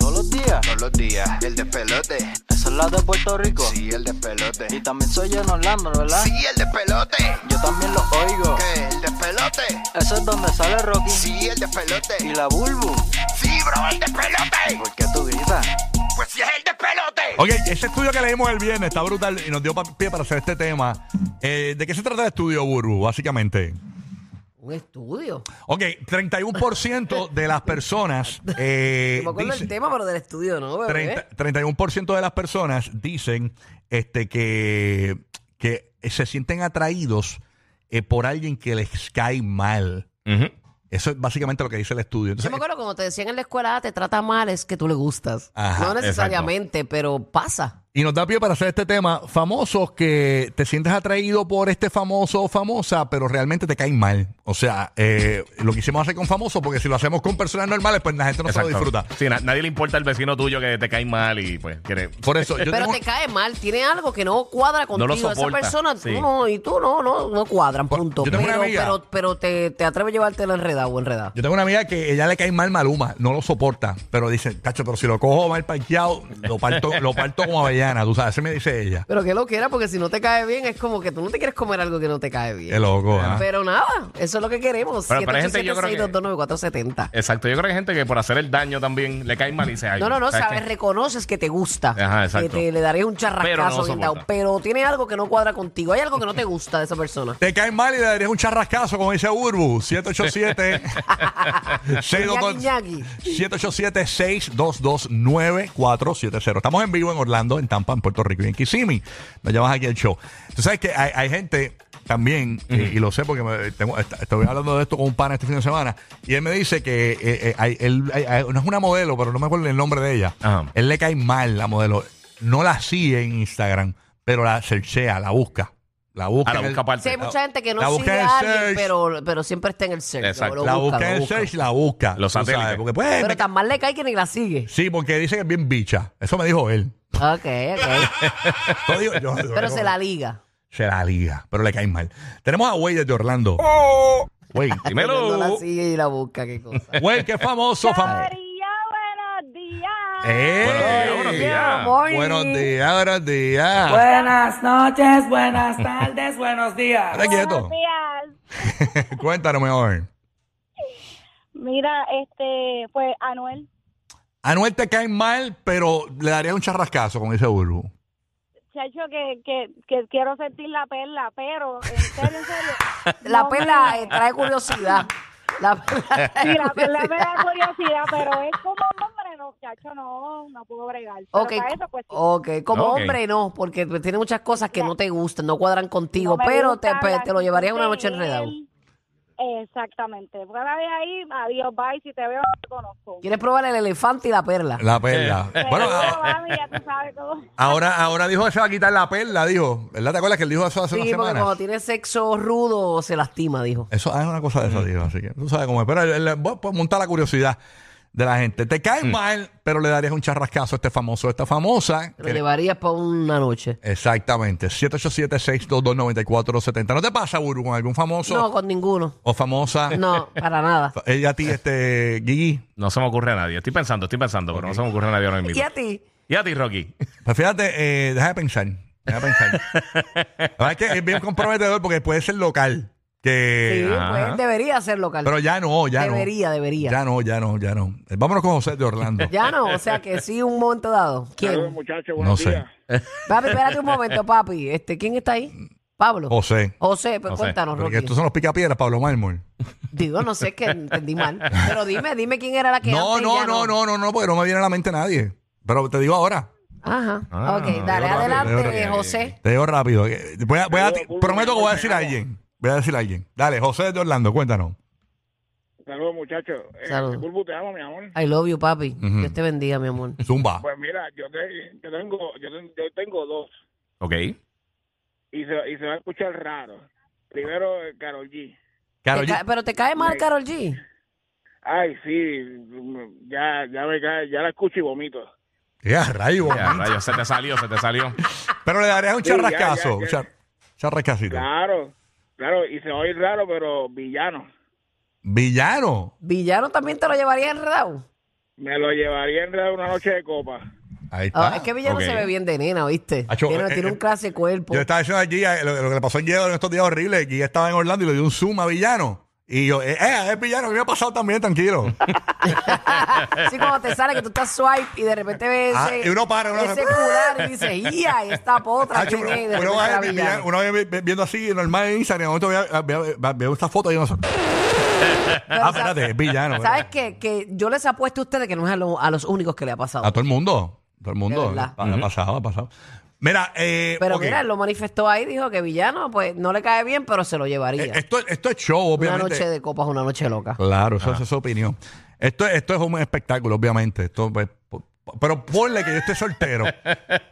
días. Todos los días, el despelote. Esa es la de Puerto Rico. Sí, el despelote. Y también soy en Orlando, ¿verdad? Sí, el despelote. Yo también lo oigo. ¿Qué? El despelote. Eso es donde sale Rocky. Sí, el despelote. Y la Bulbu. Sí, bro, el despelote. ¿Por qué tú gritas? Pues sí, es el despelote. Ok, ese estudio que leímos el viernes está brutal y nos dio pa- pie para hacer este tema. Eh, ¿De qué se trata el estudio, Burbu, básicamente? Un estudio. Ok, 31% de las personas... eh, No me acuerdo dice- del tema, ¿eh? pero del estudio, ¿no? bebé? 30 31% de las personas dicen este, que, que se sienten atraídos eh, por alguien que les cae mal. Eso es básicamente lo que dice el estudio. Yo Entonces, me acuerdo cuando te decían en la escuela, "Ah, te trata mal, es que tú le gustas. Ajá, no necesariamente, pero pasa. y nos da pie para hacer este tema. Famosos que te sientes atraído por este famoso o famosa, pero realmente te caen mal. O sea, eh, lo quisimos hacer con famosos porque si lo hacemos con personas normales, pues la gente no se lo disfruta. Sí, na- nadie le importa el vecino tuyo que te cae mal y pues quiere. Por eso, yo pero tengo- te cae mal, tiene algo que no cuadra lo contigo. Esa soporta, persona, tú sí. no, y tú no, no, no cuadran, Por- punto. Pues, yo tengo una Pero, amiga- pero, pero te, te atreves a llevártela enredado o enredada. Yo tengo una amiga que ella le cae mal Maluma, no lo soporta, pero dice, tacho, pero si lo cojo mal parqueado, lo parto, lo parto como avellana, tú sabes, eso me dice ella. Pero que lo quiera, porque si no te cae bien, es como que tú no te quieres comer algo que no te cae bien. Qué loco, ¿ah? Pero nada, eso es lo que queremos. Pero- pero hay gente que yo creo que- 787-622-9470. Exacto, yo creo que hay gente que por hacer el daño también le cae mal y se No, no, no, ¿sabes sabes, qué? reconoces que te gusta. Ajá, exacto. Que te, le darías un Pero no charrascazo lo bien dado, soporta. Pero tiene algo que no cuadra contigo. Hay algo que no te gusta de esa persona. Te cae mal y le darías un charrascazo, como dice Urbu, 787 Ñaqui, ñaqui. 787 622 9470 Estamos en vivo en Orlando, en Tampa, en Puerto Rico y en Kissimmee. Nos llamas aquí al show. Tú sabes que hay, hay gente también, eh, y lo sé porque me- tengo- est- estoy hablando de esto con un pana este fin de semana, y él me dice que eh, eh, hay- él- hay- hay- no es una modelo, pero no me acuerdo el nombre de ella. Ajá. Él le cae mal la modelo. No la sigue en Instagram, pero la searchea, la busca. La busca. A Ah, la en el- busca aparte. Sí, hay mucha gente que La no busca sigue en a alguien, search. pero, pero siempre está en el search. Exacto. Lo la busca, busca lo en busca. search, la busca. Los tú sabes, satélites. Porque, pues, me Pero tan mal le cae que ni la sigue. Sí, porque dice que es bien bicha. Eso me dijo él. Ok, ok. Yo digo, yo- yo pero digo, se la liga. se la liga, pero le cae mal. Tenemos a Wade desde Orlando. Oh. Wade, No la Ah, Dímelo. sigue y la busca, qué cosa. Wade, qué famoso. fam- Eh, ¡Ey! María, buenos días. Buenos días, Buenos días, buenos días. Buenas noches, buenas tardes, buenos días. Ahora quieto. Buenos días. Cuéntanos mejor. Mira, este, pues Anuel, Anuel te cae mal, pero le daría un charrascazo, como dice Burbu. chacho, que, que, que quiero sentir la perla, pero en serio, en serio. La no perla eh, trae curiosidad. La perla me- trae Sí, la perla me curiosidad. da curiosidad, pero es como un hombre, no, chacho, no, no puedo bregar. Pero Ok, oh, para eso, pues, sí. ok, como Ok. hombre no, porque pues, tiene muchas cosas que no te gustan, no cuadran contigo, No me pero te, gusta pe- la te lo llevarías una noche actitud de enredado. él. Exactamente. Fuera de ahí, adiós, bye, si te veo, no te conozco. ¿Quieres probar el elefante y la perla? La perla. Pero Bueno, eh, a- no, mami, ya tú sabes cómo. ahora, ahora dijo que se va a quitar la perla, dijo. ¿Verdad? ¿Te acuerdas que él dijo eso hace sí, unas porque cuando semanas? tiene sexo rudo se lastima, dijo. Eso ah, es una cosa de Mm. eso, digo, así que tú sabes cómo es. Pero el- el- voy a montar la curiosidad de la gente. Te Mm. cae mal, pero le darías un charrascazo a este famoso, a esta famosa. que- Te Lo llevarías para una noche. Exactamente, 787-622-9470. ¿No te pasa, Buru, con algún famoso No, con ninguno. o famosa? No, para nada. Ella a Eh. ti, este, Gigi. No se me ocurre a nadie. Estoy pensando, estoy pensando, pero no se me ocurre a nadie ahora mismo. ¿Y a ti? ¿Y a ti, Rocky? Pues fíjate, eh, deja de pensar. Deja de pensar. La verdad es que es bien comprometedor porque puede ser local. Sí, Que, pues debería ser local. Pero ya no, ya Debería, no. debería. Ya no, ya no, ya no. Eh, Vámonos con José de Orlando. Ya no, o sea que sí, un momento dado. Saludos, ¿Quién? muchachos, no buenos sé. días. Papi, espérate un momento, papi. Este, ¿Quién está ahí? Pablo. José. José, pues José, cuéntanos, Porque Rocky. estos son los picapiedras, Pablo Mármol. Digo, no sé, es que entendí mal. Pero dime, dime quién era la que No, antes y no, ya no, no, no, no, porque no me viene a la mente nadie. Pero te digo ahora. Ajá. Ah, ok, dale, digo, rápido, adelante, digo, José. Te digo rápido. eh, Voy a- voy a- Saludos, prometo que voy a decir a Burbu. alguien. Voy a decir a alguien. Dale, José de Orlando, cuéntanos. Saludos, muchachos. Eh, Saludos. Bulbu, te amo, mi amor. I love you, papi. Ujú. Dios te bendiga, mi amor. Zumba. Pues mira, yo, te, yo tengo yo, ten- yo tengo dos Ok. y se, y se va a escuchar raro. Primero, eh, Karol G. Karol Te ca- G. pero te cae mal, Carol G. Ay, sí, mm, ya, ya me cae, ya la escucho y vomito. Ya, rayo. Ya, rayos, se te salió, se te salió. Pero le darías un Sí, ya, charrascazo. ya, un ya. char- charrascacito. Claro, claro, y se va a oír raro, pero villano. Villano. Villano también te lo llevaría enredado. Me lo llevaría en realidad una noche de copa. Ahí está. Ah, es que Villano ok. se ve bien de nena, ¿viste? Acho, tiene, eh, tiene eh, un clase de cuerpo. Yo estaba diciendo allí eh, lo, lo que le pasó en Diego en estos días horribles. Guía estaba en Orlando y le dio un zoom a Villano. Y yo, eh, eh, es Villano, que me ha pasado también, tranquilo. Así como te sale que tú estás swipe y de repente ves Ah, ese, y uno para, uno- ese cular y dices, ¡ya! Esta potra Hacho, ¿quién uno, es?" Y de uno repente va era vi- Villano. uno va vi- viendo así normal en Instagram. y De momento veo, veo- veo- veo esta foto y uno. Pero, Ah, o sea, espérate, es Villano. ¿Sabes qué? Que yo les apuesto a ustedes que no es a, lo- a los únicos que le ha pasado. A todo el mundo. Todo el De mundo. verdad. Ha, ha pasado, ha pasado. Mira, eh, Pero ok. mira, él lo manifestó ahí, dijo que Villano, pues no le cae bien, pero se lo llevaría. Eh, esto, esto es show, una obviamente. Pues, noche de copas, una noche loca. Claro, eso, esa es su opinión. Esto, esto es un espectáculo, obviamente. Esto, pues, po- po- pero ponle que yo esté soltero.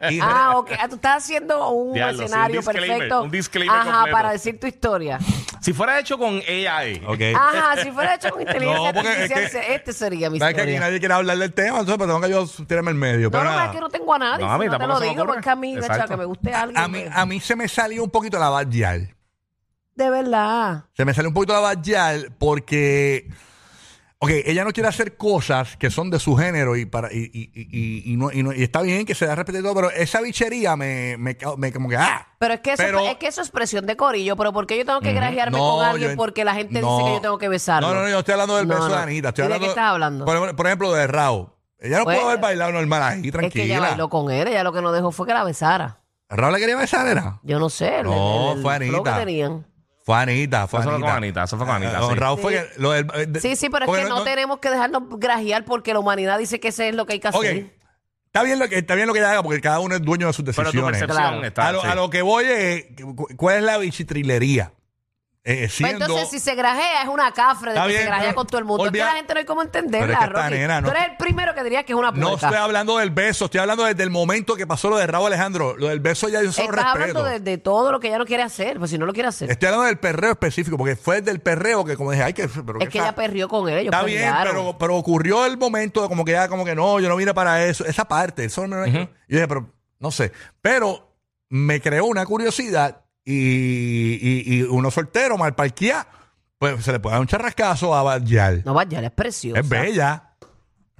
Y- Ah, ok. Ah, tú estás haciendo un Diablo, sí, un escenario disclaimer, perfecto. un disclaimer Ajá, completo. para decir tu historia. Si fuera hecho con AI, Ok. Ajá, si fuera hecho con inteligencia Eh, No, porque es artificial, que- se- este sería Ah, mi Sabes que aquí historia. nadie quiere hablar del tema, entonces pero tengo que yo tirarme el medio. No, pero no, nada. es que no tengo a nadie. No, si a mí te tampoco lo se me digo, ocurre. porque a mí, gacha, Exacto. que me guste alguien. a, mí, pues. a mí se me salió un poquito la Bad Gyal. De verdad. Se me sale un poquito la Bajal porque. Ok, ella no quiere hacer cosas que son de su género y para y, y, y, y- y no, y, no- y está bien que se da respeto y todo, pero esa bichería me, me, ca- me como que. ¡Ah! Pero es que eso, Pero- es que eso es presión de corillo, pero ¿por qué yo tengo que grajearme No, con alguien yo- porque la gente no. dice que yo tengo que besarlo? No, no, no, yo estoy hablando del No, beso no. de Anita. Estoy ¿Y hablando, ¿De qué estás hablando? Por, por ejemplo, de Raúl. Ella no Pues, pudo haber bailado normal ahí, es que ella tranquila. bailó con él, ella lo que no dejó fue que la besara. Raúl la quería besar, era. Yo no sé, el- No, el, el fue flow que Anita. tenían. Fue Anita, fue Eso fue Anita. con Anita, eso fue con Anita, Ah, Con sí. Raúl fue que lo del- eh, de- Sí, sí, pero es porque que no, tenemos que dejarnos grajear porque la humanidad dice que ese es lo que hay que hacer. Pues Ok. Está bien, lo que, está bien lo que ella haga porque cada uno es dueño de sus pero decisiones. tu percepción Claro. está. a, lo, sí. a lo que voy es, cu- ¿cuál es la bichitrilería? Eh, Pues siendo, entonces, si se grajea, es una cafre de Está que bien, se grajea pero- con todo el mundo. Es que olvida- la gente no hay cómo entenderla, Pero es que esta Rocky. nena no- Tú eres el primero que diría que es una puerca. no estoy hablando del beso, estoy hablando desde el momento que pasó lo de Raúl Alejandro. Lo del beso ya yo se lo Estás hablando respeto. de, de todo lo que ella no quiere hacer, pues si no lo quiere hacer. Estoy hablando del perreo específico, porque fue del perreo que como dije, ay, que... Pero es que esa- ella perrió con él, ellos pues Está bien, pelearon. pero, pero ocurrió el momento de como que ya, como que no, yo no vine para eso. Esa parte, eso no- Yo dije, pero no sé. Pero me creó una curiosidad y, y, y uno soltero, mal parquía, pues se le puede dar un charrascazo a Badial. No vaya, él es preciosa. es bella.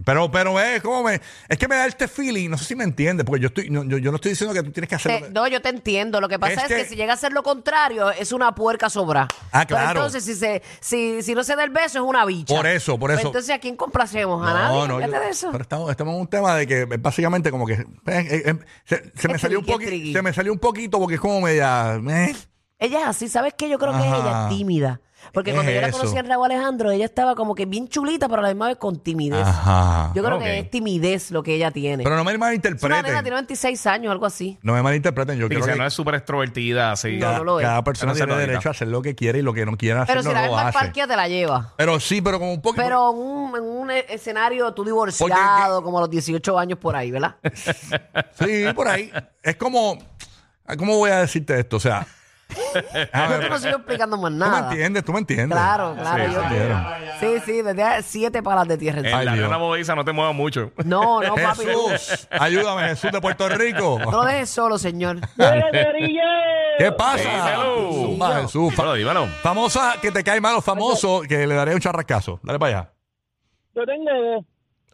Pero, pero es como me. Es que me da este feeling, no sé si me entiendes, porque yo estoy, no- yo, yo no estoy diciendo que tú tienes que Te- hacer. Eh, no, yo te entiendo. Lo que pasa es Este- que si llega a ser lo contrario, es una puerca sobra. Ah, Pero claro. entonces, si, se, si, si no se da el beso, es una bicha. Por eso, por Pues eso. entonces, ¿a quién complacemos? ¿A nadie? yo- Fíjate de eso. Pero estamos, estamos en un tema de que básicamente como que eh, eh, eh, se, se me Es salió un tricky, es poquito, tricky. se me salió un poquito porque es como media. eh. Ella es así, ¿sabes qué? Yo creo que Ajá. ella es tímida. Porque cuando Es yo la eso. conocí en Raúl Alejandro, ella estaba como que bien chulita, pero a la misma vez con timidez. Ajá. Yo creo ok. que es timidez lo que ella tiene. Pero no me es una nena, malinterpreten. tiene 26 años, algo así. No me malinterpreten. Yo Sí, creo o sea, que no es súper extrovertida, así. No, cada, no lo es. cada persona Pero no se tiene lo derecho diga. a hacer lo que quiere y lo que no quiera hacer Pero si la no lo ves al hace. parque, te la lleva. Pero sí, pero como un poquito. Pero un- en un e, escenario tú divorciado, como a los 18 años por ahí, ¿verdad? Sí, por ahí. Es como. ¿Cómo voy a decirte esto? O sea. a Yo ver, no sigo explicando más tú me nada. entiendes, tú me entiendes. Claro, claro. Sí, yo- sí, Sí, sí, desde siete palas de tierra. En Ay, la Dios. arena movediza no te muevas mucho. No, no, papi. Jesús, ayúdame, Jesús de Puerto Rico. No lo dejes solo, señor. ¿Qué pasa? Dímelo. Zumba, Jesús. Fa- Dímelo, dímelo. Famosa que te cae mal o famoso que le daré un charrascazo. Dale para allá. Yo tengo dos.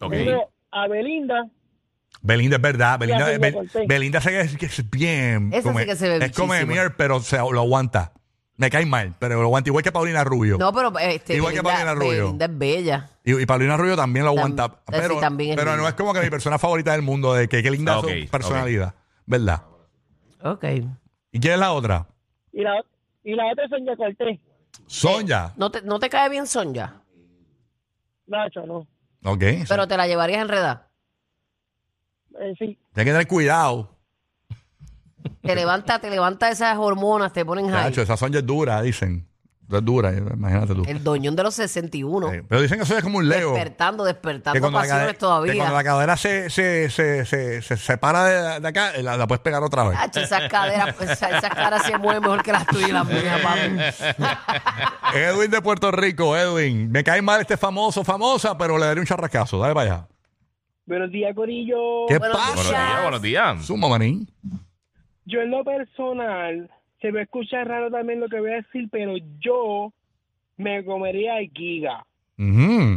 Ok. Tengo a Belinda. Belinda es verdad. Ya Belinda, se lo Bel- corté. Belinda se que es, que es bien. Esa sí come- que se ve Es come bichísima. mier, pero se, lo aguanta. Me cae mal, pero lo aguanta. Igual que Paulina Rubio. No, pero este, Igual que Paulina Rubio. Belinda es bella. Y, y Paulina Rubio también lo Tam- aguanta. eh, sí, pero también es pero no linda. es como que mi persona favorita del mundo, de que qué linda Ah, ok, su personalidad. ¿Verdad? Ok. ¿Y quién es la otra? Y la, y la otra es Sonia Cortés. Sonia. ¿No te, no te cae bien Sonja? Nacho, no. ok. Pero te la llevarías enredada. Eh, sí. Tienes que tener cuidado. Te levanta, te levanta esas hormonas, te ponen high. Nacho, esa Sonia es dura, dicen. Es dura, imagínate tú. El doñón de los 61. Eh, Pero dicen que eso es como un leo. Despertando, que despertando cuando, la pasiones cadera, que cuando todavía. la cadera se, se, se, se, se separa de, de acá, eh, la, la puedes pegar otra vez. Hacho, esas caderas, pues, esas, esas caras se mueven mejor que las tuyas y las mías, papi. Edwin de Puerto Rico, Edwin. Me cae mal este famoso, famosa, pero le daré un charrascazo. Dale para allá. Buenos días, Corillo. ¿Qué Buenos Buenos días. pasa? días, buenos días. Suma, manín. Yo en lo personal, se me escucha raro también lo que voy a decir, pero yo me comería a Giga. Ujú.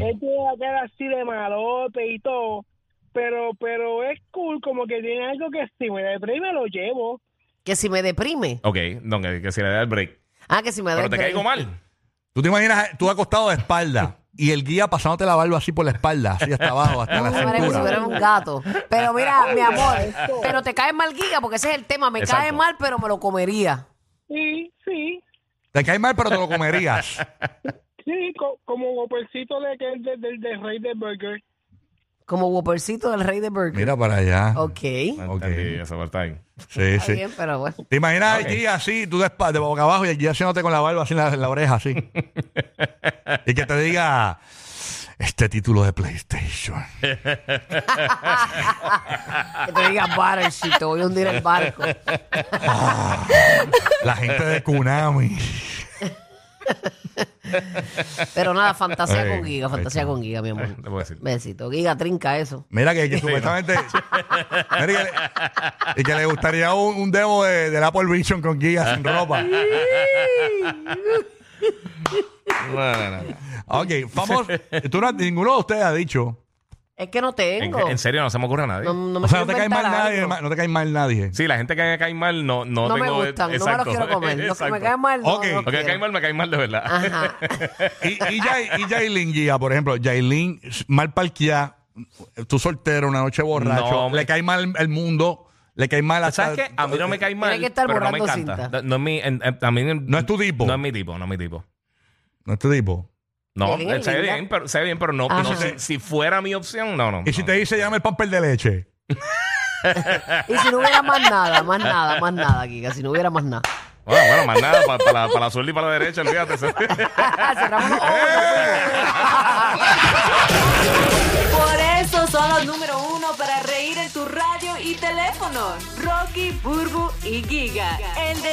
Eh. Él tiene la cara así de malote y todo, pero pero es cool, como que tiene algo que si me deprime lo llevo. Que si me deprime. Ok, no, que, que si le da el break. Ah, que si me da Pero el te break. caigo mal. Tú te imaginas, eh, tú acostado de espalda y el guía pasándote la barba así por la espalda, así hasta abajo, hasta la Madre, como si cintura. fuera un gato. Pero mira, mi amor, pero te cae mal Giga porque ese es el tema. Me cae Exacto. mal, pero me lo comería. Sí, sí, Te caes mal, pero te lo comerías. sí, co- como Whoppercito de que del del del rey de burger. Como Whoppercito del Rey de Burger. Mira para allá. Ok. Está Ok. Entendí, esa parte ahí. Sí, sí. bien, pero bueno. ¿Te imaginas Ok. allí así, tú de, espa- de boca abajo y allí haciéndote con la barba así en la, en la oreja, así? y que te diga, este título de PlayStation. Que te diga Battleship, te voy a hundir el barco. La gente de Konami. Pero nada, fantasía Ey, con Giga, fantasía ahí está. con Giga, mi Eh, amor. Te puedo decir. Besito, Giga, trinca eso. Mira que, que supuestamente... Mira que le- y que le gustaría un, un demo de, del Apple Vision con guía sin ropa. No, no, no, no. Ok, vamos. Tú no, ninguno de ustedes ha dicho. Es que no tengo. En, en serio, no se me ocurre a nadie. No, no me O sea, no quiero te cae mal inventar nadie. algo. ma- No te cae mal nadie. Sí, la gente que me cae mal no, no, No me tengo. gustan, no me los exacto. quiero comer. Los que me Exacto. caen mal, no, Ok. no Los que me quiero. caen mal, me caen mal de verdad. Ajá. Y, y, Jai- y Jailin Guía, por ejemplo, Jailin mal parqueada, tú soltero, una noche borracho, No, hombre. Pues, le cae mal el mundo, le cae mal hasta... ¿Sabes qué? A mí no me cae mal, que estar pero no me borrando encanta. cinta. No, no es mi, en- en- a mí No es tu tipo. No es mi tipo, no es mi tipo. No este tipo. No, eh, Qué linda. se ve bien, pero, se ve bien, pero no. Ajá. no, si, si fuera mi opción, no, no. Y si no. te dice, llama el papel de leche. Y si no hubiera más nada, más nada, más nada, Giga, si no hubiera más nada. Bueno, bueno, más nada, para la, pa la azul y para la derecha, olvídate. Cerramos los ¡Eh! ojos. Por eso son los número uno para reír en tu radio y teléfono. Rocky, Burbu y Giga. El de